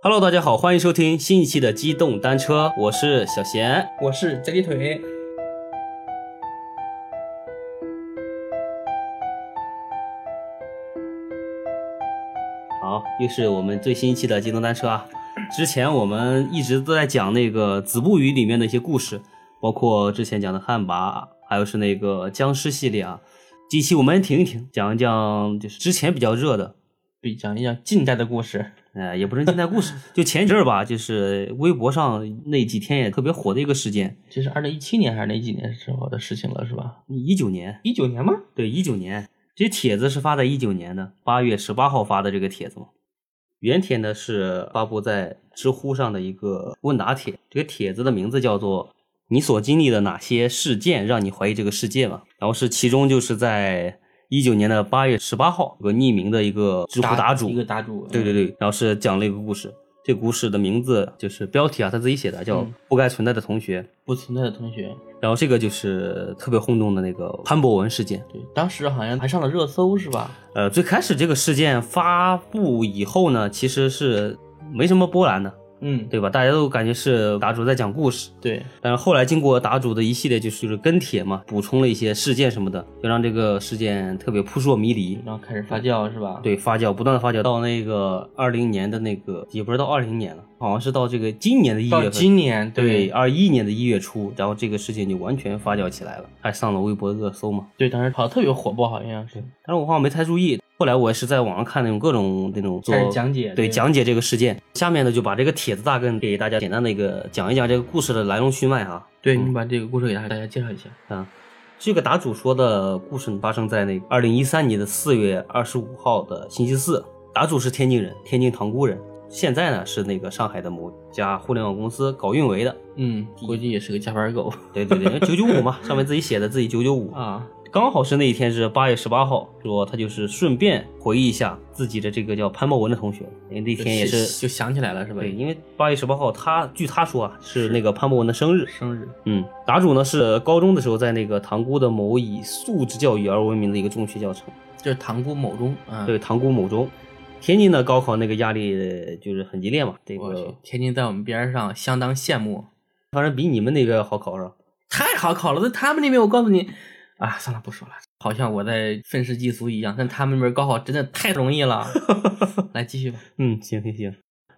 Hello，大家好，欢迎收听新一期的机动单车，我是小贤。我是夹鸡腿。好，又是我们最新一期的机动单车啊。之前我们一直都在讲那个《子不语》里面的一些故事，包括之前讲的旱魃，还有是那个僵尸系列啊。这一期我们停一停，讲一讲就是之前比较热的，比讲一讲近代的故事，呃，也不是近代故事，就前一阵儿吧，就是微博上那几天也特别火的一个事件，这是二零一七年还是哪几年时候的事情了，是吧？一九年，一九年吗？对，一九年，这帖子是发在一九年的八月十八号发的这个帖子嘛。原帖呢是发布在知乎上的一个问答帖，这个帖子的名字叫做“你所经历的哪些事件让你怀疑这个世界”嘛。然后是其中就是在一九年的八月十八号，有个匿名的一个知乎答主，一个答主，嗯对对对，然后是讲了一个故事。这故事的名字就是标题啊，他自己写的，叫《嗯不该存在的同学》。嗯，不存在的同学，然后这个就是特别轰动的那个潘博文事件。对，当时好像还上了热搜，是吧？呃，最开始这个事件发布以后呢，其实是没什么波澜的，嗯，对吧？大家都感觉是答主在讲故事，对，但是后来经过答主的一系列就是就是跟帖嘛，补充了一些事件什么的，就让这个事件特别扑朔迷离。然后开始发酵，是吧？，对，发酵不断的发酵到那个二零年的那个，也不是到二零年了，好像是到这个今年的一月到份，今年，对，对二一年的一月初，然后这个事情就完全发酵起来了，还上了微博热搜嘛。对，当时好像特别火爆，好像是但是我好像没太注意。后来我也是在网上看那种各种那种做开始讲解，对，讲解这个事件。下面呢，就把这个帖子大概给大家简单的一个讲一讲这个故事的来龙去脉啊。对嗯你把这个故事给大家介绍一下，啊，这个答主说的故事呢发生在那个二零一三年的四月二十五号的星期四。答主是天津人，天津塘沽人，现在呢是那个上海的某家互联网公司搞运维的。嗯，估计也是个加班狗对对对，九九五嘛，上面自己写的自己九九五啊，刚好是那一天是八月十八号，说他就是顺便回忆一下自己的这个叫潘博文的同学，因为那天也是就想起来了，是吧？对，因为八月十八号他据他说啊是那个潘博文的生日，生日，嗯，答主呢是高中的时候在那个塘沽的某以素质教育而闻名的一个中学教程，就是塘沽某中，啊，对，塘沽某中。天津的高考那个压力就是很激烈嘛，这我去个，天津在我们边儿上相当羡慕，反正比你们那边好考上。太好考了。在他们那边，我告诉你，啊，算了，不说了，好像我在愤世嫉俗一样。但他们那边高考真的太容 易了。来继续吧。嗯，行行行，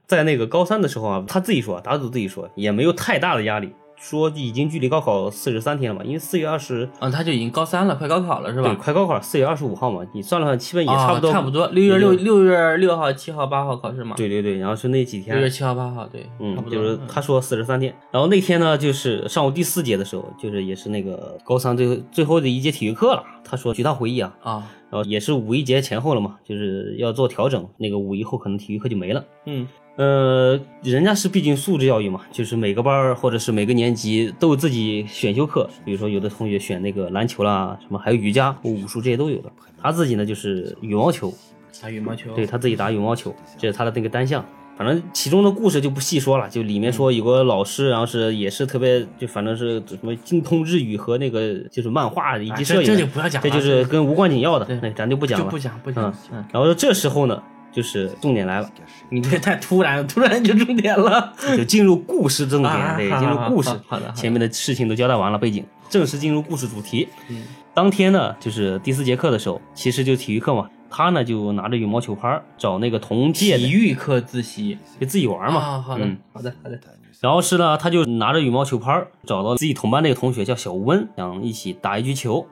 在那个高三的时候啊，他自己说，答主自己说也没有太大的压力，说已经距离高考四十三天了嘛，因为四月二十啊，他就已经高三了，快高考了是对，吧？快高考，四月二十五号嘛，你算了算，基本也啊差不多，差不多。六月也就六六月六号、七号、八号考试嘛。，对对对，然后是那几天六，月七号、八号，对，差嗯，不多。就是他说四十三天，然后那天呢，就是上午第四节的时候，就是也是那个高三最后最后的一节体育课了。他说，据他回忆啊，嗯啊，然后也是五一节前后了嘛，就是要做调整，那个五一后可能体育课就没了。嗯，呃，人家是毕竟素质教育嘛，就是每个班儿或者是每个年级都有自己选修课，比如说有的同学选那个篮球啦，什么还有瑜伽、武术这些都有的。他自己呢就是羽毛球，打羽毛球。对他自己打羽毛球，这是他的那个单项。反正其中的故事就不细说了，就里面说有个老师，然后是也是特别，就反正是什么精通日语和那个就是漫画以啊及摄这影，这就不要讲这了，就是跟无关紧要的，对那咱就不讲就了不。讲不嗯讲。嗯，然后这时候呢，就是重点来了，你这太突然了，突然就重点了。就进入故事正点，啊对，好进入好故事好。好的好的前面的事情都交代完了，背景正式进入故事主题。嗯当天呢，就是第四节课的时候，其实就体育课嘛，他呢就拿着羽毛球拍儿找那个同届的体育课自习就自己玩儿嘛。啊，好的嗯好的好的。然后是呢，他就拿着羽毛球拍儿找到自己同班那个同学叫小温，想一起打一局球。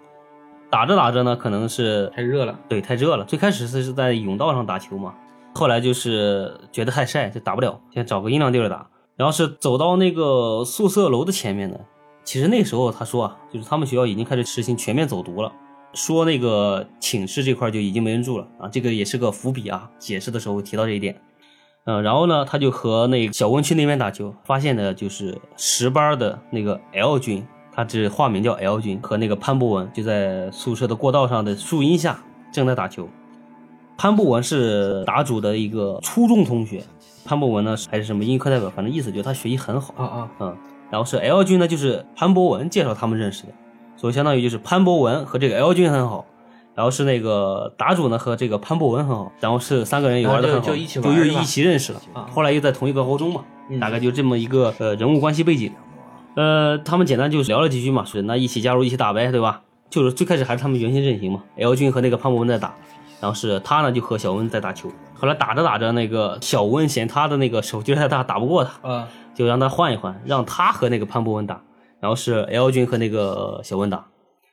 打着打着呢，可能是太热了，对太热了，最开始是是在甬道上打球嘛，后来就是觉得太晒，就打不了，先找个阴凉地儿打。然后是走到那个宿舍楼的前面呢，其实那时候他说啊，就是他们学校已经开始实行全面走读了。说那个寝室这块儿就已经没人住了啊，这个也是个伏笔啊，解释的时候会提到这一点。嗯，然后呢，他就和那个小温去那边打球，发现的就是十班的那个 L 君，他这化名叫 L 君，和那个潘博文就在宿舍的过道上的树荫下正在打球。潘博文是答主的一个初中同学，潘博文呢还是什么英语课代表，反正意思就是他学习很好啊啊，嗯，然后是 L 君呢，就是潘博文介绍他们认识的，所以相当于就是潘博文和这个 L 君很好然后是那个打主呢和这个潘博文很好，然后是三个人也玩的啊就很好，就一起玩又是吧一起认识了，啊后来又在同一个高中嘛，嗯大概就这么一个呃人物关系背景。呃，他们简单就聊了几句嘛，是那一起加入一起打呗，对吧？就是最开始还是他们原先阵型嘛，L 君和那个潘博文在打，然后是他呢就和小温在打球，后来打着打着那个小温嫌他的那个手劲儿太大，打不过他，啊，就让他换一换，让他和那个潘博文打，然后是 L 君和那个小温打。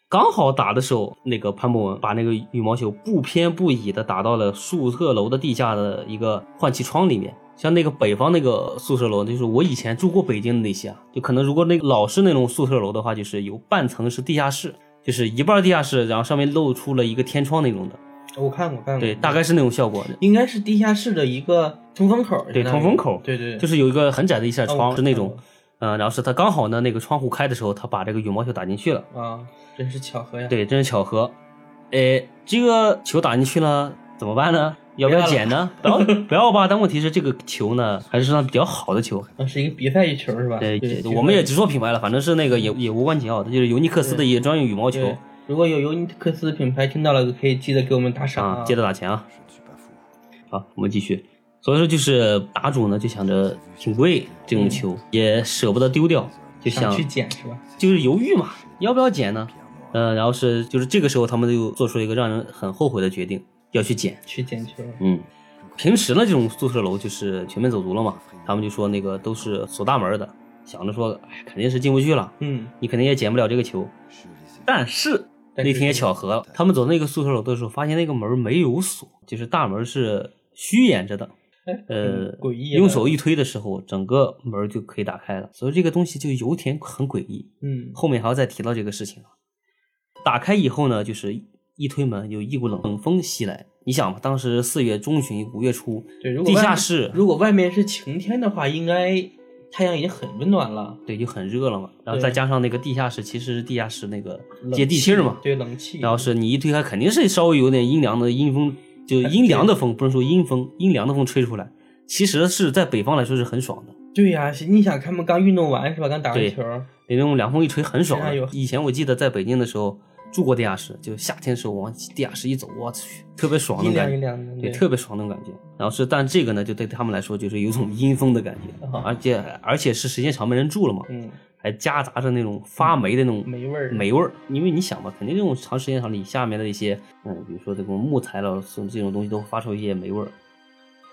刚好打的时候，那个潘博文把那个羽毛球不偏不倚的打到了宿舍楼的地下的一个换气窗里面。像那个北方那个宿舍楼，就是我以前住过北京的那些啊，就可能如果那个老式那种宿舍楼的话，就是有半层是地下室，就是一半地下室，然后上面露出了一个天窗那种的，我看过看过，对，大概是那种效果。应该是地下室的一个通风口，对相当于通风口对对，就是是有一个很窄的一扇哦窗，我是那看种，嗯，然后是他刚好呢那个窗户开的时候，他把这个羽毛球打进去了，啊，真是巧合呀。，对，真是巧合。哎，这个球打进去了，怎么办呢？要不要捡呢？不要 不要吧，但问题是这个球呢，还是算比较好的球。啊，是一个比赛一球是吧？对，对，我们也只说品牌了，反正是那个也也无关紧要的，就是尤尼克斯的一个专用羽毛对球。如果有尤尼克斯品牌听到了，可以记得给我们打赏啊，接着着打钱啊。好，我们继续。所以说，就是打主呢就想着挺贵，这种球也舍不得丢掉，就想去捡是吧？就是犹豫嘛，要不要捡呢？呃，然后是就是这个时候他们就做出了一个让人很后悔的决定，要去捡。去捡球，嗯，平时呢这种宿舍楼就是全面走读了嘛，他们就说那个都是锁大门的，想着说，哎，肯定是进不去了，嗯，你肯定也捡不了这个球。但是但那是天也巧合了，他们走那个宿舍楼的时候，发现那个门没有锁，就是大门是虚掩 着的。哎呃 很诡异，的用手一推的时候，整个门就可以打开了，所以这个东西就有点很诡异。嗯，后面还要再提到这个事情啊。打开以后呢，就是一推门，有一股冷冷风袭来。你想吧，当时四月中旬、五月初，对，如果地外下面室如果外面是晴天的话，应该太阳已经很温暖了，对就很热了嘛，然后对再加上那个地下室，其实是地下室那个冷接地气儿嘛，对，冷气。然后是你一推开，肯定是稍微有点阴凉的阴风，就阴凉的风，不能说阴风，阴凉的风吹出来，其实是在北方来说是很爽的。对呀、你想他们刚运动完是吧？刚打对完球，那种凉风一吹很爽哎的呦。以前我记得在北京的时候住过地下室，就夏天的时候往地下室一走，我去，特别爽一的感觉凉一。凉的，对，特别爽那种感觉。然后是，但这个呢，就对他们来说就是有种阴风的感觉，啊而且而且是时间长没人住了嘛，嗯，还夹杂着那种发霉的那种没味儿，霉味儿。因为你想吧，肯定这种长时间长里下面的一些，嗯，比如说这种木材了，什么这种东西都会发出一些霉味儿。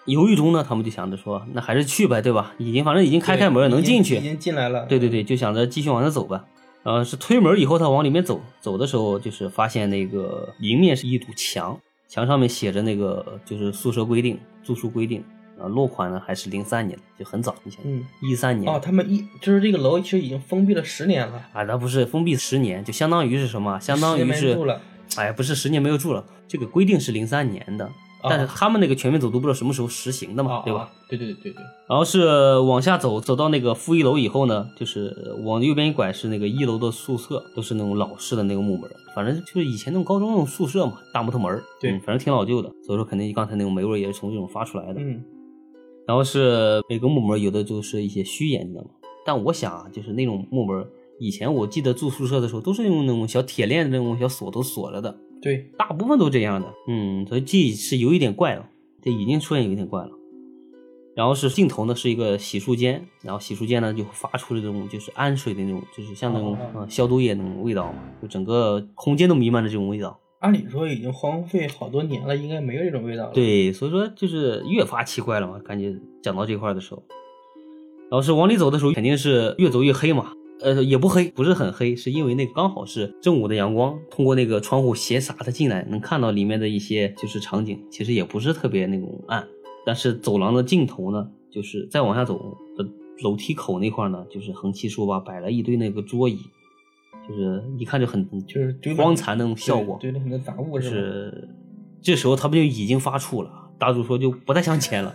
犹豫中呢，他们就想着说，那还是去呗，对吧？已经反正已经开开门了，对能已经进去，已经进来了。对对对，就想着继续往那走吧。呃，是推门以后，他往里面走，走的时候就是发现那个迎面是一堵墙，墙上面写着那个就是宿舍规定、住宿规定，啊，落款呢还是零三年，就很早以前，嗯，一三年、哦，他们一就是这个楼其实已经封闭了十年了，啊，它不是封闭十年，就相当于是什么？相当十于年没是住了，哎，不是十年没有住了，这个规定是零三年的，但是他们那个全面走读不知道什么时候实行的嘛，哦对吧？？哦对对对对，然后是往下走，走到那个负一楼以后呢，就是往右边一拐是那个一楼的宿舍，都是那种老式的那个木门，反正就是以前那种高中那种宿舍嘛，大木头门儿对嗯反正挺老旧的，所以说肯定刚才那种霉味儿也是从这种发出来的。嗯，然后是每个木门有的就是一些虚掩着的嘛，但我想啊，就是那种木门，以前我记得住宿舍的时候都是用那种小铁链的那种小锁都锁着的，对，大部分都这样的。嗯，所以这是有一点怪了，这已经出现有一点怪了。然后是镜头呢是一个洗漱间，然后洗漱间呢就发出了这种就是氨水的那种，就是像那种哦呃消毒液那种味道嘛，就整个空间都弥漫着这种味道。按理说已经荒废好多年了，应该没有这种味道了。，对，所以说就是越发奇怪了嘛。感觉讲到这块儿的时候，然后是往里走的时候，肯定是越走越黑嘛。呃，也不黑，不是很黑，是因为那个刚好是正午的阳光通过那个窗户斜洒的进来，能看到里面的一些就是场景，其实也不是特别那种暗。但是走廊的尽头呢，就是再往下走的楼梯口那块儿呢，就是横七竖八摆了一堆那个桌椅，就是一看就很就是堆满光残那种效果，堆了很多杂物就是吧？是这时候他们就已经发怵了，大柱说就不太想捡了，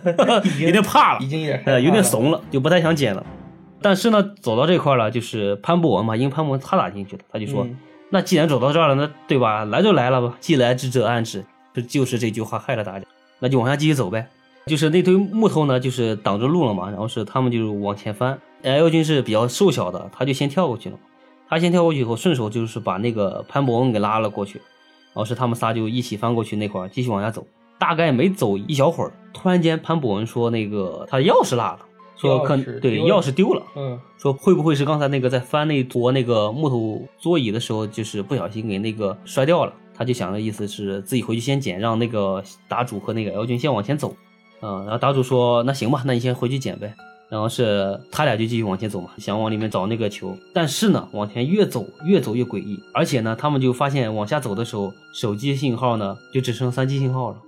有有点怕了 已，经嗯有点害怕呃，了有点，怂了，就不太想捡了。但是呢，走到这块儿了，就是潘博文嘛，因为潘博文他打进去了，他就说，嗯那既然走到这儿了，那对吧，来就来了吧，既来之则安之，就就是这句话害了大家，那就往下继续走呗。就是那堆木头呢，就是挡着路了嘛，然后是他们就是往前翻。L 君是比较瘦小的，他就先跳过去了嘛，他先跳过去以后，顺手就是把那个潘博文给拉了过去，老师他们仨就一起翻过去那块儿继续往下走。大概没走一小会儿，突然间潘博文说那个他钥匙落了，说可钥匙对丢了钥匙丢了，嗯，说会不会是刚才那个在翻那坨那个木头桌椅的时候，就是不小心给那个摔掉了？他就想的意思是自己回去先捡，让那个打主和那个姚军先往前走。嗯，然后打主说那行吧，那你先回去捡呗。然后是他俩就继续往前走嘛，想往里面找那个球，但是呢，往前越走越走越诡异，而且呢，他们就发现往下走的时候，手机信号呢就只剩三 G 信号了。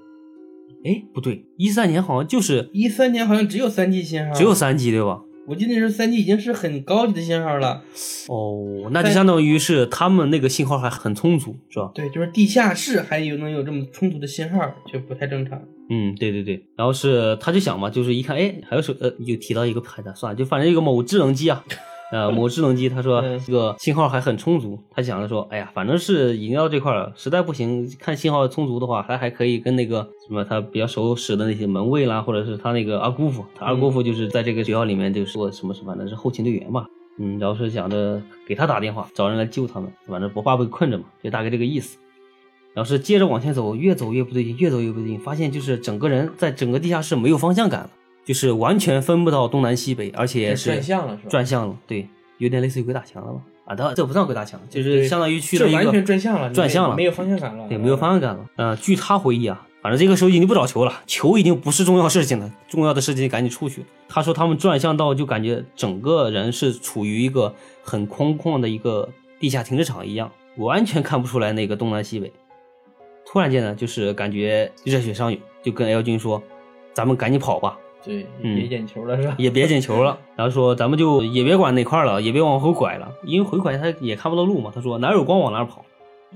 哎，不对，一三年好像就是一三年好像只有三 G 信号，只有三 G 对吧？我记得那时候三 G 已经是很高级的信号了。哦，那就相当于是他们那个信号还很充足，是吧？对，就是地下室还有能有这么充足的信号，就不太正常。嗯，对对对。然后是他就想嘛，就是一看，哎，还有手呃，又提到一个牌子，算了，就反正一个某智能机啊，呃，某智能机，他说嗯这个信号还很充足，他想着说，哎呀，反正是已经到这块了，实在不行，看信号充足的话，他还可以跟那个什么他比较熟识的那些门卫啦，或者是他那个二姑父，他二姑父就是在这个学校里面就是做什么什么，反正是后勤队员吧。嗯，然后是想着给他打电话，找人来救他们，反正不怕被困着嘛，就大概这个意思。然后是接着往前走，越走越不对劲，越走越不对劲，发现就是整个人在整个地下室没有方向感了，就是完全分不到东南西北，而且是转向了是吧？转向了，对，有点类似于鬼打墙了吧？啊，当然这不算鬼打墙，就是对相当于去这了一个完全转向了，转向了没有方向感了，对，没有方向感了。呃，据他回忆啊，反正这个时候已经不找球了，球已经不是重要事情了，重要的事情赶紧出去。他说他们转向到就感觉整个人是处于一个很空旷的一个地下停车场一样，完全看不出来那个东南西北。突然间呢，就是感觉热血上涌，就跟 L 君说：“咱们赶紧跑吧。”对，嗯也眼球了是吧？也别进球 了。然后说咱们就也别管哪块了，也别往回拐了，因为回拐他也看不到路嘛。他说哪有光往哪儿跑，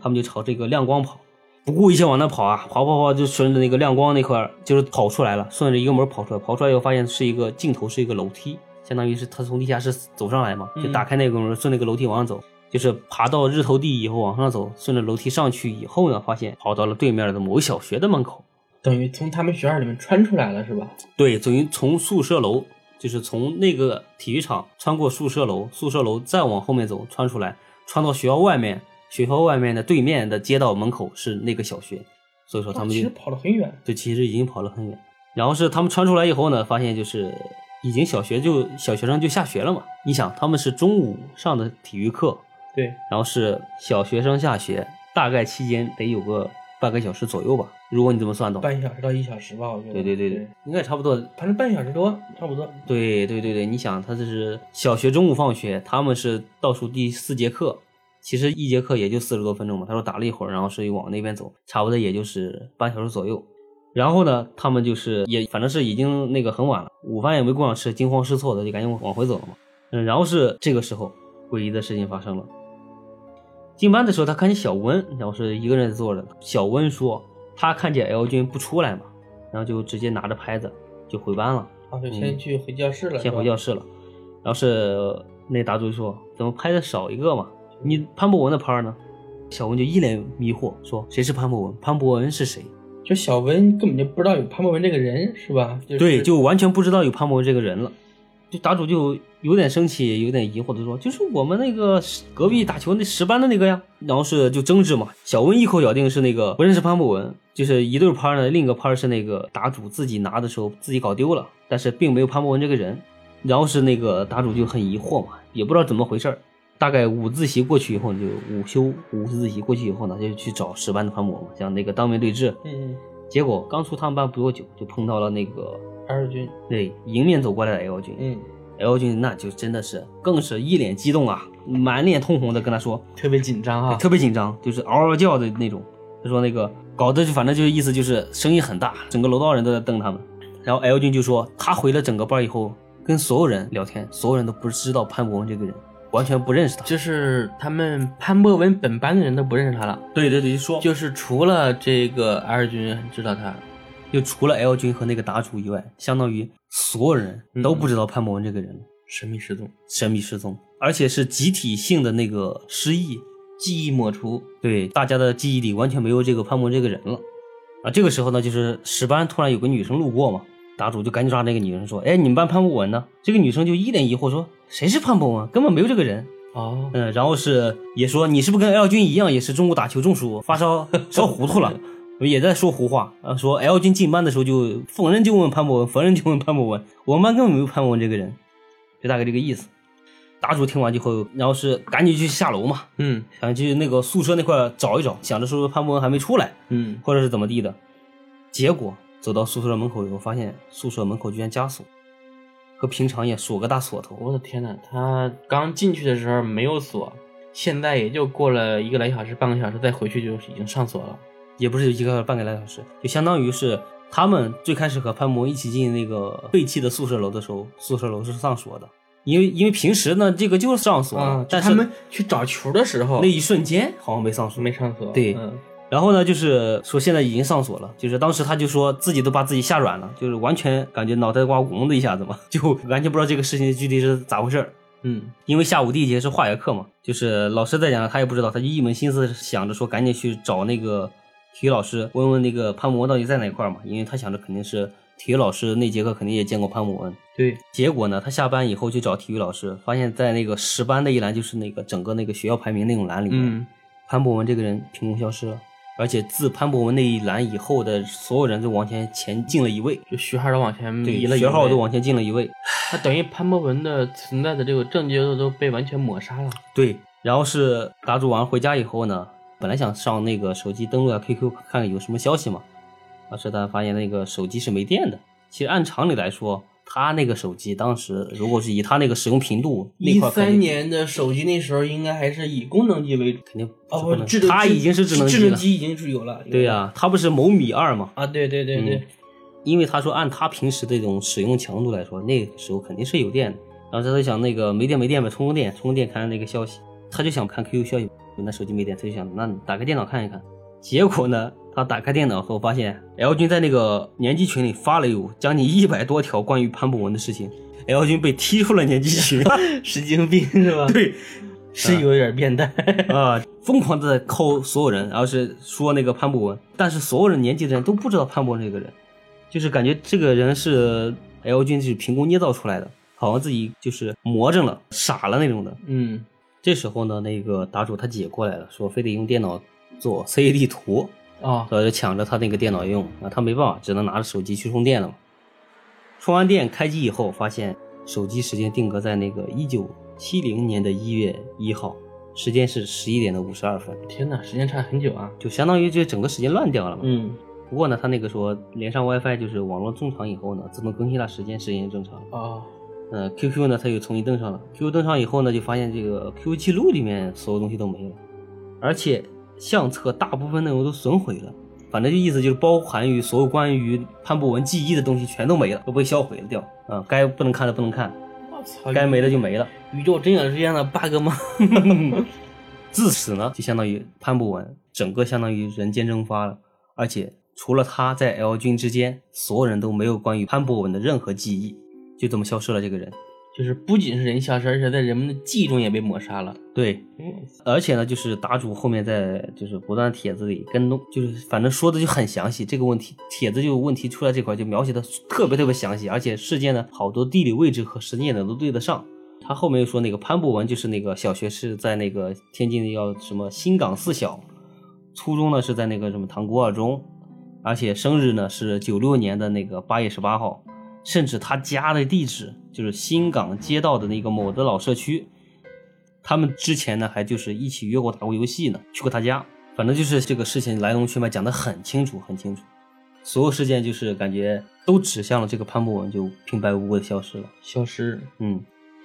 他们就朝这个亮光跑，不顾一切往那跑啊，跑跑跑就顺着那个亮光那块儿就是跑出来了，顺着一个门跑出来，跑出来以后发现是一个尽头是一个楼梯，相当于是他从地下室走上来嘛，嗯就打开那个门，顺那个楼梯往上走。就是爬到日头地以后往上走，顺着楼梯上去以后呢，发现跑到了对面的某个小学的门口。等于从他们学校里面穿出来了是吧？对，等于从宿舍楼，就是从那个体育场穿过宿舍楼，宿舍楼再往后面走，穿出来，穿到学校外面，学校外面的对面的街道门口是那个小学，所以说他们哇哦其就实跑了很远，对，其实已经跑了很远。然后是他们穿出来以后呢，发现就是已经小学就小学生就下学了嘛。你想，他们是中午上的体育课，对，然后是小学生下学，大概期间得有个半个小时左右吧，如果你这么算的话。半小时到一小时吧，我觉得。对对对对，应该差不多反正半小时多，差不多。对对对对，你想，他这是小学中午放学，他们是倒数第四节课，其实一节课也就四十多分钟嘛。他说打了一会儿，然后是往那边走，差不多也就是半小时左右。然后呢，他们就是也反正是已经那个很晚了，午饭也没顾上吃，惊慌失措的就赶紧往回走了嘛。嗯，然后是这个时候，诡异的事情发生了。进班的时候，他看见小温，然后是一个人坐着。小温说，他看见 L 君不出来嘛，然后就直接拿着拍子就回班了。啊，就先去回教室了。嗯先回教室了。然后是那答主就说：“怎么拍的少一个嘛？你潘博文的拍呢？”小文就一脸迷惑说：“谁是潘博文？潘博文是谁是吧，就小温根本就不知道有潘博文这个人是吧？？”就是、对，就完全不知道有潘博文这个人了。就答主就有点生气，有点疑惑的说：“就是我们那个隔壁打球那十班的那个呀。”然后是就争执嘛。小文一口咬定是那个不认识潘博文，就是一对拍呢，另一个拍是那个答主自己拿的时候自己搞丢了，但是并没有潘博文这个人。然后是那个答主就很疑惑嘛，也不知道怎么回事儿。大概午自习过去以后，就午休午自习过去以后呢，就去找十班的潘博文，想那个当面对质。嗯，结果刚出他们班不多久，就碰到了那个二军，对迎面走过来的 L 君。嗯， L 君那就真的是更是一脸激动啊，满脸通红的跟他说，特别紧张啊，特别紧张，就是嗷嗷叫的那种。他说那个搞得就反正就是意思就是声音很大，整个楼道人都在瞪他们。然后 L 君就说他回了整个班以后，跟所有人聊天，所有人都不知道潘博文这个人，完全不认识他。就是他们潘博文本班的人都不认识他了，对对对，说就就是除了这个二军知道他，就除了 L 君和那个答主以外，相当于所有人都不知道潘博文这个人。神秘失踪，神秘失踪，而且是集体性的那个失忆，记忆抹除，对大家的记忆里完全没有这个潘博文这个人了。啊，这个时候呢，就是十班突然有个女生路过嘛，答主就赶紧抓那个女生说：“哎，你们班潘博文呢？”这个女生就一脸疑惑说：“谁是潘博文？根本没有这个人。”哦，嗯，然后是也说你是不是跟 L 君一样，也是中午打球中暑发烧烧糊涂了，也在说胡话啊，说 L 君进班的时候就逢人就问潘博文，逢人就问潘博文，我们班根本没有潘博文这个人，就大概这个意思。大主听完之后，然后是赶紧去下楼嘛，嗯想去那个宿舍那块儿找一找，想着说潘博文还没出来，嗯，或者是怎么地的。结果走到宿舍门口以后，发现宿舍门口居然加锁，和平常一样锁个大锁头。我的天呐，他刚进去的时候没有锁，现在也就过了一个来小时、半个小时，再回去就已经上锁了。也不是一个半个来小时，就相当于是他们最开始和潘博一起进那个废弃的宿舍楼的时候，宿舍楼是上锁的，因为因为平时呢这个就是上锁，啊，但他是们去找球的时候那一瞬间好像没上锁。没上锁，对嗯然后呢，就是说现在已经上锁了，就是当时他就说自己都把自己吓软了，就是完全感觉脑袋瓜嗡的一下子嘛，就完全不知道这个事情具体是咋回事儿。嗯因为下午第一节是化学课嘛，就是老师在讲，他也不知道，他就一门心思想着说赶紧去找那个体育老师，问问那个潘博文到底在哪块儿嘛，因为他想着肯定是体育老师那节课肯定也见过潘博文。对，结果呢，他下班以后去找体育老师，发现在那个十班的一栏，就是那个整个那个学校排名那种栏里面，嗯潘博文这个人凭空消失了，而且自潘博文那一栏以后的所有人都往前前进了一位，就徐海都往前对移，了一学号位都往前进了一位，他等于潘博文的存在的这个证据都都被完全抹杀了。对，然后是打主完回家以后呢，本来想上那个手机登录下 QQ 看看有什么消息嘛，但是他发现那个手机是没电的。其实按常理来说，他那个手机当时如果是以他那个使用频度，那一块肯三定年的手机那时候应该还是以功能机为主，肯定哦是不不，能智能他机已经是智能智了能，机已经是有了。有对呀、了他不是某米二嘛，啊，对对对对，因为他说按他平时这种使用强度来说，那个时候肯定是有电的。然后他就想那个没电没电呗，充个电，充个电看看那个消息。他就想看 QQ 消息，那手机没电，他就想那你打开电脑看一看。结果呢，他打开电脑后发现 L 君在那个年级群里发了有将近一百多条关于潘博文的事情，L 君被踢出了年级群， 神经病是吧？对是有点变态。 啊、疯狂的在扣所有人，然后是说那个潘博文，但是所有人年纪的人都不知道潘博文这个人，就是感觉这个人是 L 君是凭空捏造出来的，好像自己就是魔怔了、傻了那种的。嗯，这时候呢，那个答主他姐过来了，说非得用电脑做 CAD 图，哦，所以就抢着他那个电脑用啊，他没办法，只能拿着手机去充电了嘛。充完电开机以后，发现手机时间定格在那个一九七零年的一月一号，时间是十一点的五十二分，天哪，时间差很久啊。就相当于这整个时间乱掉了嘛。嗯，不过呢，他那个说连上 WiFi 就是网络正常以后呢，自动更新了时间，时间正常了。哦，呃，QQ 呢，它又重新登上了。QQ 登上以后呢，就发现这个 QQ 记录里面所有东西都没了，而且相册大部分内容都损毁了。反正就意思就是包含于所有关于潘博文记忆的东西全都没了，都被销毁了掉。啊、该不能看的不能看，我操，该没的就没了。宇宙真有这样的 bug 吗？自此呢，就相当于潘博文整个相当于人间蒸发了，而且除了他在 L 君之间，所有人都没有关于潘博文的任何记忆，就这么消失了这个人。就是不仅是人消失，而且在人们的记忆中也被抹杀了。对，而且呢，就是答主后面在就是不断帖子里跟踪，就是反正说的就很详细。这个问题帖子就问题出来这块就描写的特别特别详细，而且事件呢好多地理位置和时间点都对得上。他后面又说那个潘博文就是那个小学是在那个天津的叫什么新港四小，初中呢是在那个什么塘沽二中，而且生日呢是九六年的那个八月十八号，甚至他家的地址就是新港街道的那个某的老社区。他们之前呢还就是一起约过打过游戏呢，去过他家，反正就是这个事情来龙去脉讲得很清楚，很清楚。所有事件就是感觉都指向了这个潘博文就平白无故的消失了。消失，嗯，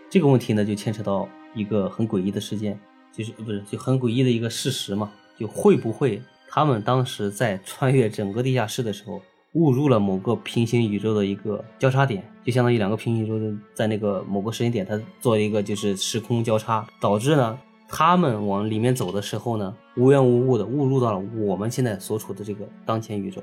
这个问题呢就牵扯到一个很诡异的事件，就是不是就很诡异的一个事实嘛，就会不会他们当时在穿越整个地下室的时候，误入了某个平行宇宙的一个交叉点，就相当于两个平行宇宙的在那个某个时间点，它做了一个就是时空交叉，导致呢。他们往里面走的时候呢，无缘无故的误入到了我们现在所处的这个当前宇宙，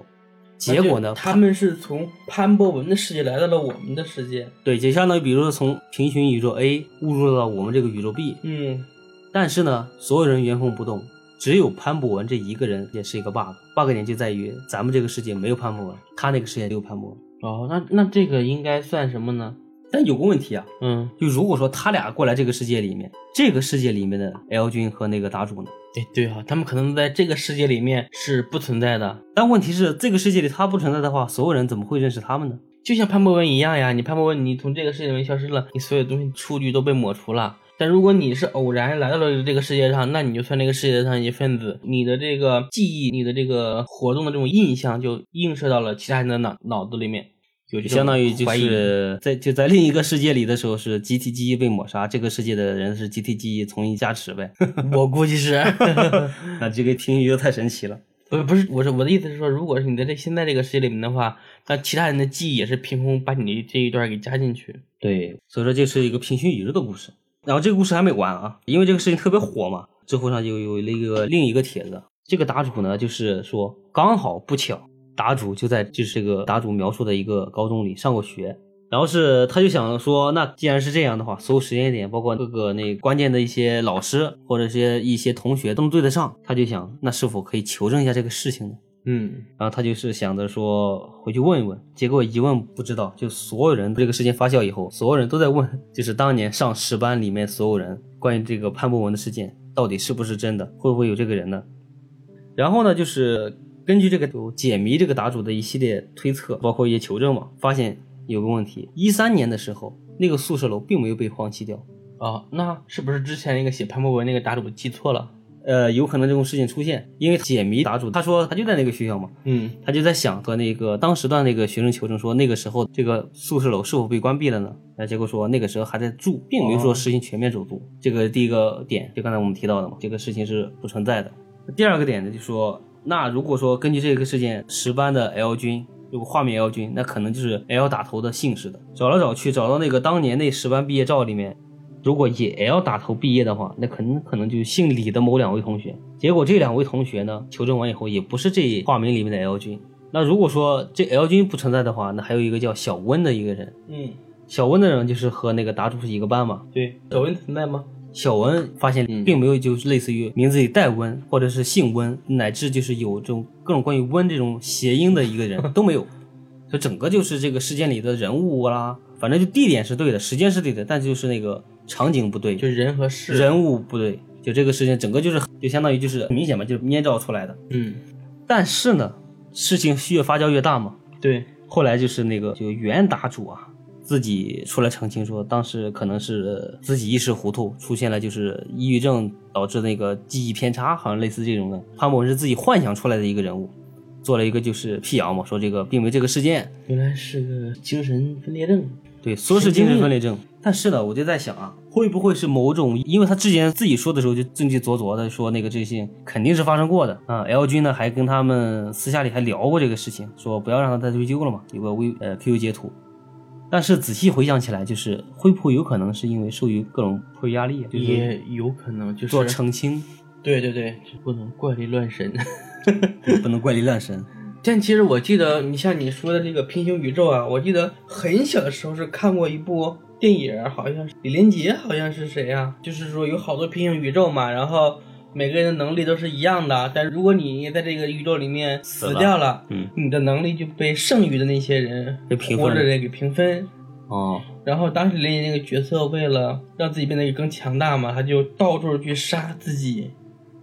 结果呢，他们是从潘博文的世界来到了我们的世界。对，就相当于比如说从平行宇宙 A 误入到我们这个宇宙 B，嗯，但是呢，所有人原封不动，只有潘博文这一个人也是一个 bug。bug 点就在于咱们这个世界没有潘博文，他那个世界只有潘博文。哦，那那这个应该算什么呢？但有个问题啊，嗯，就如果说他俩过来这个世界里面，这个世界里面的 L 君和那个答主呢？对对啊，他们可能在这个世界里面是不存在的，但问题是，这个世界里他不存在的话，所有人怎么会认识他们呢？就像潘博文一样呀，你潘博文，你从这个世界里面消失了，你所有东西数据都被抹除了。但如果你是偶然来到了这个世界上，那你就算这个世界上一份子，你的这个记忆、你的这个活动的这种印象，就映射到了其他人的脑脑子里面，有就这种相当于就怀疑是在就在另一个世界里的时候是集体记忆被抹杀，这个世界的人是集体记忆重新加持呗。 我估计是，那这个听鱼就太神奇了。不不是，我是我的意思是说，如果是你在这现在这个世界里面的话，那其他人的记忆也是凭空把你这一段给加进去。对，所以说这是一个平行宇宙的故事。然后这个故事还没完啊，因为这个事情特别火嘛，知乎上就有那个另一个帖子，这个答主呢就是说刚好不巧，答主就在就是这个答主描述的一个高中里上过学。然后是，他就想说，那既然是这样的话，所有时间点，包括各个那关键的一些老师或者是一些同学都能对得上，他就想，那是否可以求证一下这个事情呢？嗯，然后他就是想着说回去问一问，结果一问不知道，就所有人这个事件发酵以后，所有人都在问， 就是当年上十班里面所有人关于这个潘博文的事件到底是不是真的，会不会有这个人呢？然后呢，就是根据这个解谜这个答主的一系列推测，包括一些求证嘛，发现有个问题：一三年的时候，那个宿舍楼并没有被荒弃掉，哦，那是不是之前那个写潘博文那个答主记错了？呃，有可能这种事情出现，因为解谜答主他说他就在那个学校嘛，嗯，他就在想和那个当时的那个学生求证说，那个时候这个宿舍楼是否被关闭了呢？那结果说那个时候还在住，并没有说实行全面走读。这个第一个点，就刚才我们提到的嘛，这个事情是不存在的。第二个点呢，就说那如果说根据这个事件，十班的 L 君。如果化名 L 君，那可能就是 L 打头的姓氏的。找来找去，找到那个当年那十班毕业照里面，如果以 L 打头毕业的话，那很可能就是姓李的某两位同学。结果这两位同学呢，求证完以后也不是这化名里面的 L 君。那如果说这 L 君不存在的话，那还有一个叫小温的一个人，嗯，小温的人就是和那个答主是一个班嘛。对，小文存在吗？小温发现嗯并没有就是类似于名字里带温或者是姓温，乃至就是有这种各种关于温这种谐音的一个 人都没有，就整个就是这个事件里的人物啦，反正就地点是对的，时间是对的，但就是那个场景不对，就人和事。，人物不对，就这个事情整个就是就相当于就是很明显嘛，就是捏造出来的。嗯，但是呢，事情越发酵越大嘛，对，后来就是那个就原答主啊，自己出来澄清说，当时可能是自己一时糊涂，出现了就是抑郁症导致那个记忆偏差，好像类似这种的。潘博文是自己幻想出来的一个人物，做了一个就是辟谣嘛，说这个并没这个事件。原来是个精神分裂症。对，说是精神分裂症，但是呢，我就在想啊，会不会是某种？因为他之前自己说的时候就证据凿凿的说那个这些肯定是发生过的啊。L 君呢还跟他们私下里还聊过这个事情，说不要让他再追究了嘛，有个微呃 QQ 截图。但是仔细回想起来，就是会不会有可能是因为受于各种迫于压力啊，就是也有可能就是做澄清，对对对，就不能怪力乱神。不能怪力乱神。 但其实我记得，你像你说的这个平行宇宙啊，我记得很小的时候是看过一部电影儿，好像是李连杰，好像是谁啊？就是说有好多平行宇宙嘛，然后每个人的能力都是一样的，但如果你在这个宇宙里面死死了掉了，嗯，你的能力就被剩余的那些人被平分活着的人给平分。哦，然后当时林那个角色为了让自己变得更强大嘛，他就到处去杀自己。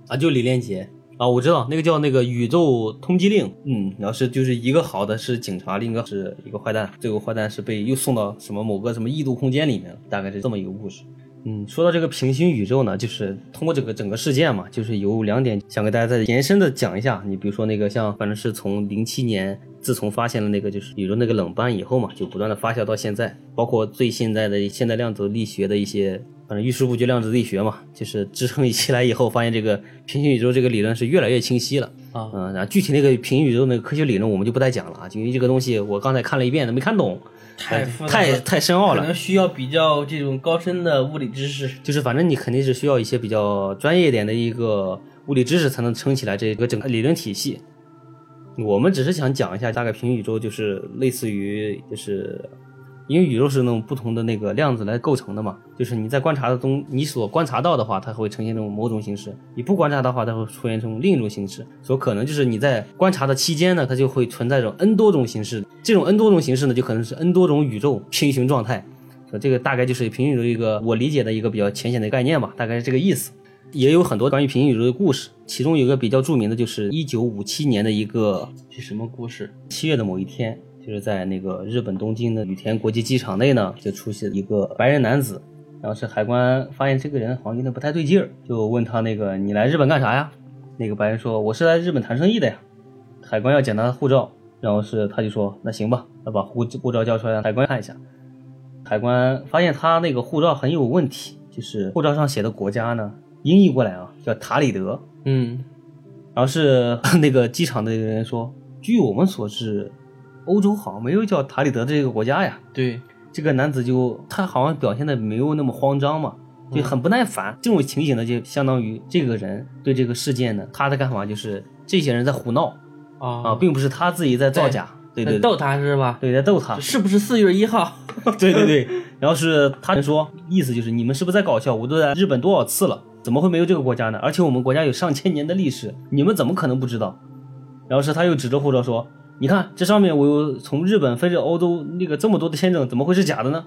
啊，就李连杰啊，我知道那个叫那个宇宙通缉令，嗯，然后是就是一个好的是警察，另一个是一个坏蛋，这个坏蛋是被又送到什么某个什么异度空间里面了，大概是这么一个故事。嗯，说到这个平行宇宙呢，就是通过这个整个事件嘛，就是有两点想给大家再延伸的讲一下。你比如说那个像，反正是从零七年，自从发现了那个就是宇宙那个冷斑以后嘛，就不断的发酵到现在，包括最现在的现代量子力学的一些，反正遇事不决量子力学嘛，就是支撑起来以后，发现这个平行宇宙这个理论是越来越清晰了。啊嗯，然后具体那个平行宇宙那个科学理论我们就不再讲了啊，因为这个东西我刚才看了一遍都没看懂，太复杂太了太深奥可了。能需要比较这种高深的物理知识。就是反正你肯定是需要一些比较专业一点的一个物理知识才能撑起来这个整个理论体系。我们只是想讲一下大概平行宇宙，就是类似于就是。因为宇宙是那种不同的那个量子来构成的嘛，就是你在观察的东，你所观察到的话，它会呈现这种某种形式；你不观察的话，它会出现成另一种形式。所以可能就是你在观察的期间呢，它就会存在着 n 多种形式，这种 n 多种形式呢，就可能是 n 多种宇宙平行状态。说这个大概就是平行宇宙一个我理解的一个比较浅显的概念吧，大概是这个意思。也有很多关于平行宇宙的故事，其中有一个比较著名的就是一九五七年的一个是什么故事？七月的某一天，就是在那个日本东京的羽田国际机场内呢，就出现一个白人男子，然后是海关发现这个人好像有点不太对劲儿，就问他那个你来日本干啥呀？那个白人说我是来日本谈生意的呀。海关要检查他的护照，然后是他就说那行吧，那把护护照交出来让海关看一下。海关发现他那个护照很有问题，就是护照上写的国家呢，音译过来啊叫塔里德，嗯，然后是 那个机场的人说，据我们所知，欧洲好像没有叫塔里德这个国家呀。对，这个男子就他好像表现的没有那么慌张嘛，就很不耐烦。这种情形呢，就相当于这个人对这个事件呢，他在干嘛？就是这些人在胡闹啊，啊，并不是他自己在造假，对对对，逗他是吧？对在逗他，是不是四月一号？ 对对对。然后是他说，意思就是你们是不是在搞笑？我都在日本多少次了，怎么会没有这个国家呢？而且我们国家有上千年的历史，你们怎么可能不知道？然后是他又指着护照说：“你看这上面我有从日本飞至欧洲那个这么多的签证，怎么会是假的呢？”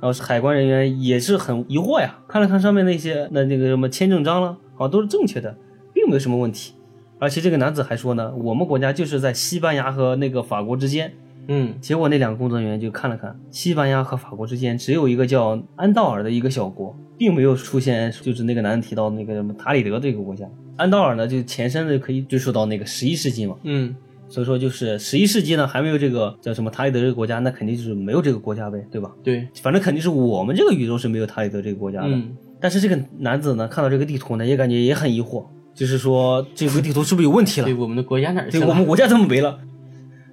然后是海关人员也是很疑惑呀，看了看上面那些那那个什么签证章了，好像都是正确的，并没有什么问题。而且这个男子还说呢，我们国家就是在西班牙和那个法国之间，嗯，结果那两个工作人员就看了看，西班牙和法国之间只有一个叫安道尔的一个小国，并没有出现就是那个男的提到那个什么塔里德这个国家。安道尔呢，就前身呢可以追溯到那个十一世纪嘛，嗯，所以说就是十一世纪呢还没有这个叫什么塔里德这个国家，那肯定就是没有这个国家呗，对吧？对，反正肯定是我们这个宇宙是没有塔里德这个国家的。嗯，但是这个男子呢看到这个地图呢，也感觉也很疑惑，就是说这个地图是不是有问题了对，？我们的国家哪儿去对，我了？们国家怎么没了？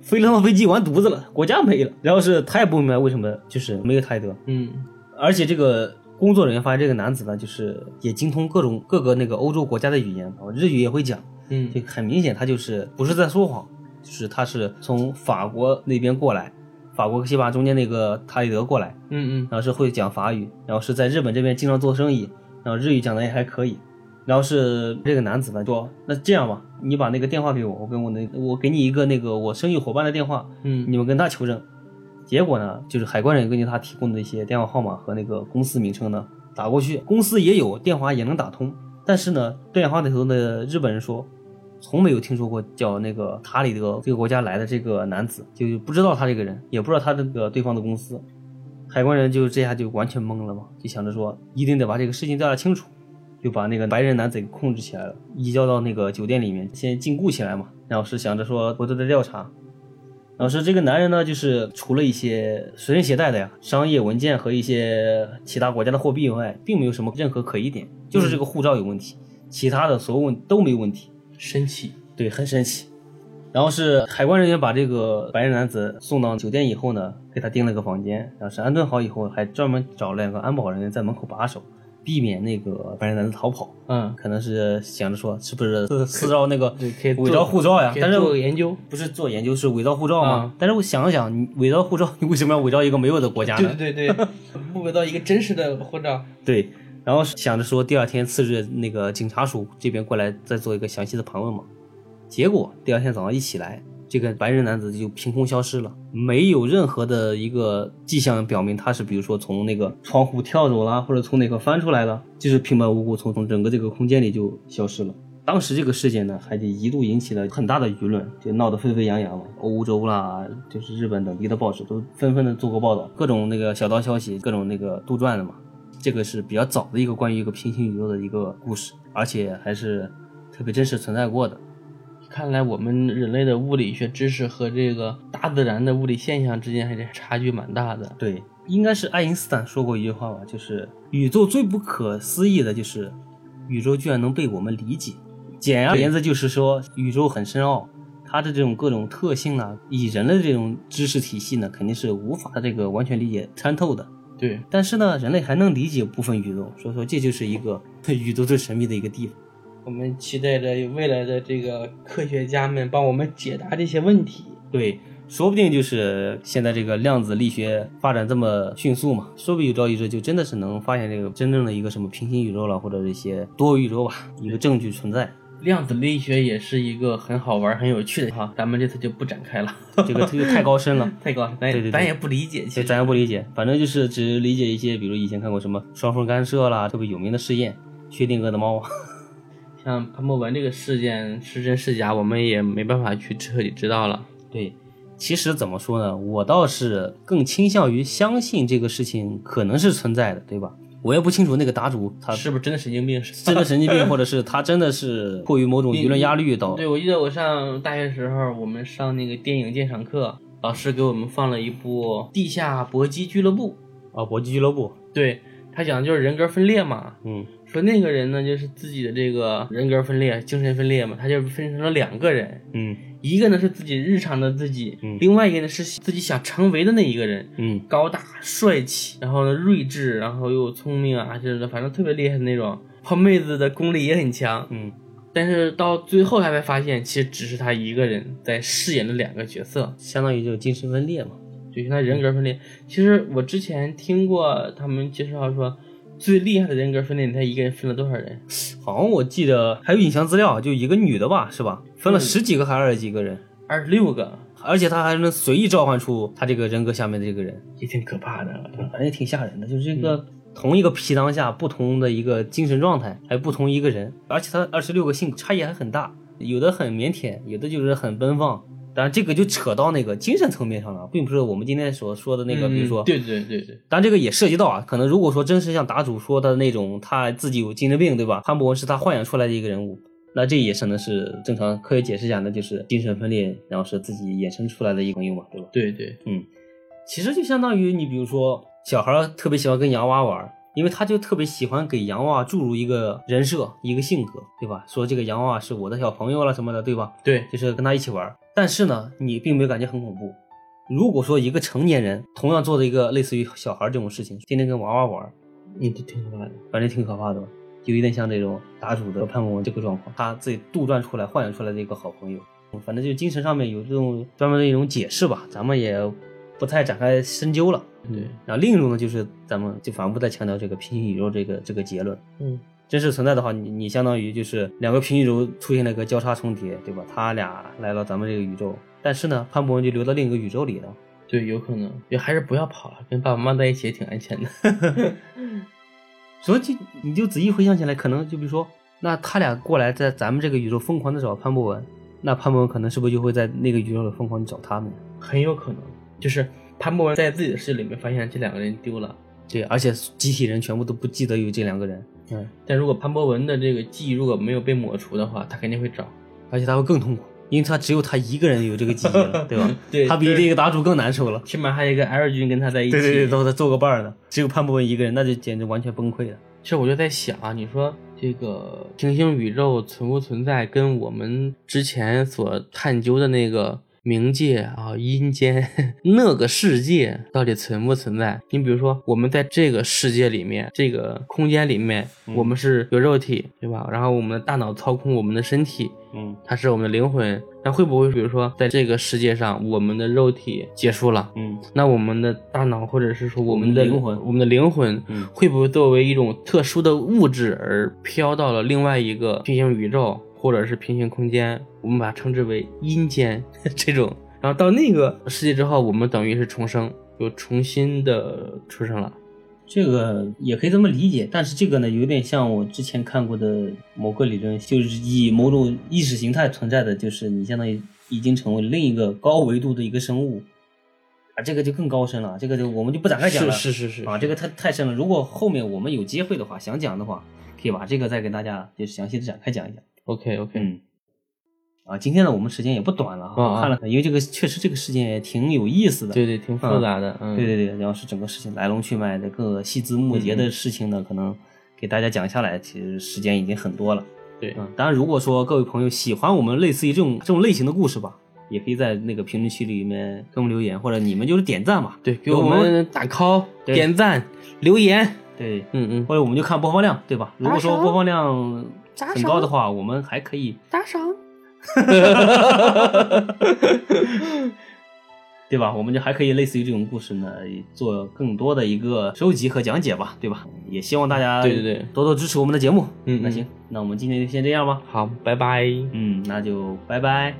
飞了趟飞机完犊子了，国家没了。然后是他也不明白为什么，就是没有泰德。嗯，而且这个工作人员发现这个男子呢，就是也精通各种各个那个欧洲国家的语言，日语也会讲，嗯就，很明显他就是不是在说谎，就是他是从法国那边过来，法国和西班牙中间那个塔里德过来，嗯嗯，然后是会讲法语，然后是在日本这边经常做生意，然后日语讲的也还可以。然后是这个男子呢说，那这样吧，你把那个电话给我，我跟我那我给你一个那个我生意伙伴的电话，嗯，你们跟他求证。结果呢，就是海关人根据他提供的一些电话号码和那个公司名称呢打过去，公司也有电话也能打通，但是呢，电话那头的日本人说，从没有听说过叫那个塔里德这个国家来的这个男子，就不知道他这个人，也不知道他这个对方的公司。海关人就这下就完全懵了嘛，就想着说一定得把这个事情调查清楚，就把那个白人男子给控制起来了，移交到那个酒店里面先禁锢起来嘛。然后是想着说回头再调查，老师，这个男人呢，就是除了一些随身携带的呀商业文件和一些其他国家的货币以外，并没有什么任何可疑点，就是这个护照有问题，其他的所有问都没有问题。神奇，对，很神奇。然后是海关人员把这个白人男子送到酒店以后呢，给他订了个房间，然后是安顿好以后，还专门找了两个安保人员在门口把守，避免那个白人男子逃跑。嗯，可能是想着说，是不是私私造那个对，可以做伪造护照呀？可以但是做个研究。不是做研究是伪造护照吗？啊但是我想了想，你伪造护照，你为什么要伪造一个没有的国家呢？对对对， 不伪造一个真实的护照。对然后想着说第二天次日那个警察署这边过来再做一个详细的盘问嘛。结果第二天早上一起来，这个白人男子就凭空消失了，没有任何的一个迹象表明他是比如说从那个窗户跳走啦，或者从哪个翻出来了，就是平白无故从从整个这个空间里就消失了。当时这个事件呢，还就一度引起了很大的舆论，就闹得沸沸扬扬嘛。欧洲啦，就是日本等地的报纸都纷纷的做过报道，各种那个小道消息，各种那个杜撰的嘛。这个是比较早的一个关于一个平行宇宙的一个故事，而且还是特别真实存在过的。看来我们人类的物理学知识和这个大自然的物理现象之间还是差距蛮大的。对，应该是爱因斯坦说过一句话吧，就是宇宙最不可思议的就是宇宙居然能被我们理解。简而言之，就是说宇宙很深奥，它的这种各种特性呢、以人类这种知识体系呢，肯定是无法这个完全理解参透的。对，但是呢，人类还能理解部分宇宙，所以说这就是一个 宇宙最神秘的一个地方。我们期待着未来的这个科学家们帮我们解答这些问题。对，说不定就是现在这个量子力学发展这么迅速嘛，说不定有朝一日就真的是能发现这个真正的一个什么平行宇宙了，或者一些多宇宙吧，一个证据存在。量子力学也是一个很好玩、很有趣的哈，咱们这次就不展开了， 这个这个太高深了。 太高了，咱也对对对咱也不理解，其对，实咱也不理解，反正就是只理解一些，比如以前看过什么双缝干涉啦，特别有名的试验，薛定谔的猫啊， 像潘博文这个事件是真是假，我们也没办法去彻底知道了。对，其实怎么说呢，我倒是更倾向于相信这个事情可能是存在的，对吧？我也不清楚那个答主他是不是真的神经病？真的神经病，或者是他真的是迫于某种舆论压力导对，我记得我上大学时候，我们上那个电影鉴赏课，老师给我们放了一部《地下搏击俱乐部啊搏击俱乐部，》，对，他讲的就是人格分裂嘛。嗯说那个人呢，就是自己的这个人格分裂、精神分裂嘛，他就分成了两个人，嗯一个呢是自己日常的自己，嗯另外一个呢是自己想成为的那一个人，嗯高大帅气，然后呢睿智，然后又聪明啊，就是反正特别厉害的那种。泡妹子的功力也很强，嗯，但是到最后他才发现，其实只是他一个人在饰演了两个角色，相当于就是精神分裂嘛，就像他人格分裂。其实我之前听过他们介绍说，最厉害的人格分裂，你看一个人分了多少人？好像我记得还有影像资料，就一个女的吧，是吧？分了十几个还是二十几个人，二十六个，而且她还能随意召唤出她这个人格下面的这个人，也挺可怕的。嗯反正也挺吓人的。就是这个、同一个皮囊下，不同的一个精神状态，还有不同一个人，而且她二十六个性格差异还很大，有的很腼腆，有的就是很奔放。当然，这个就扯到那个精神层面上了，并不是我们今天所说的那个，比如说嗯对对对对，但这个也涉及到啊，可能如果说真是像答主说的那种，他自己有精神病，对吧？潘博文是他幻想出来的一个人物，那这也可能是正常科学解释下，那就是精神分裂，然后是自己衍生出来的一个朋友嘛，对吧？对对，其实就相当于你比如说小孩儿特别喜欢跟洋娃玩儿，因为他就特别喜欢给洋娃注入一个人设、一个性格，对吧？说这个洋娃是我的小朋友了什么的，对吧？对，就是跟他一起玩儿。但是呢，你并没有感觉很恐怖。如果说一个成年人同样做的一个类似于小孩儿这种事情，天天跟娃娃玩儿，你都挺可怕的。反正挺可怕的吧，就有点像这种打主的潘博文这个状况，他自己杜撰出来、幻想出来的一个好朋友。反正就精神上面有这种专门的一种解释吧，咱们也不太展开深究了。对，然后另一种呢，就是咱们就反复在强调这个平行宇宙这个这个结论，嗯，真实存在的话，你你相当于就是两个平行宇宙出现了一个交叉重叠，对吧？他俩来到咱们这个宇宙，但是呢，潘博文就留到另一个宇宙里了。对，有可能，也还是不要跑了，跟爸爸妈妈在一起也挺安全的。 所以就你就仔细回想起来，可能就比如说，那他俩过来在咱们这个宇宙疯狂的找潘博文，那潘博文可能是不是就会在那个宇宙里疯狂地找他们？很有可能，就是潘博文在自己的世界里面发现这两个人丢了。对，而且集体人全部都不记得有这两个人，嗯，但如果潘博文的这个记忆如果没有被抹除的话，他肯定会找。而且他会更痛苦，因为他只有他一个人有这个记忆了， 对吧？对他比对这个答主更难受了。起码还有一个 L 君跟他在一起。对对对，都在做个伴儿呢，只有潘博文一个人，那就简直完全崩溃了。其实我就在想啊，你说这个平行宇宙存不存在，跟我们之前所探究的那个冥界啊、阴间 那个世界到底存不存在？你比如说，我们在这个世界里面，这个空间里面，嗯我们是有肉体，对吧？然后我们的大脑操控我们的身体，嗯它是我们的灵魂。那会不会，比如说，在这个世界上，我们的肉体结束了，嗯那我们的大脑或者是说我们我们的的灵魂我们的灵魂，嗯会不会作为一种特殊的物质而飘到了另外一个平行宇宙或者是平行空间？我们把它称之为阴间 这种。然后到那个世界之后，我们等于是重生，又重新的出生了。这个也可以这么理解，但是这个呢，有点像我之前看过的某个理论，就是以某种意识形态存在的，就是你相当于已经成为另一个高维度的一个生物，啊，这个就更高深了，这个就我们就不展开讲了，是是是是啊，这个太太深了。如果后面我们有机会的话，想讲的话，可以把这个再给大家就是详细的展开讲一讲。 OK OK，嗯，啊，今天呢，我们时间也不短了啊啊，啊看了，因为这个确实这个事件也挺有意思的，对对，挺复杂的，嗯，对对对，然后是整个事情来龙去脉的各个细枝末节嗯的事情呢，可能给大家讲下来，其实时间已经很多了。对嗯，当然如果说各位朋友喜欢我们类似于这种这种类型的故事吧，也可以在那个评论区里面给我们留言，或者你们就是点赞吧。对，给有我我们们打 call、对点赞、留言，对，嗯嗯，或者我们就看播放量，对吧？如果说打赏播放量很高的话，我们还可以打赏。 对吧？我们就还可以类似于这种故事呢，做更多的一个收集和讲解吧，对吧？也希望大家对对对多多支持我们的节目。嗯那行，那我们今天就先这样吧。好，拜拜。嗯，那就拜拜。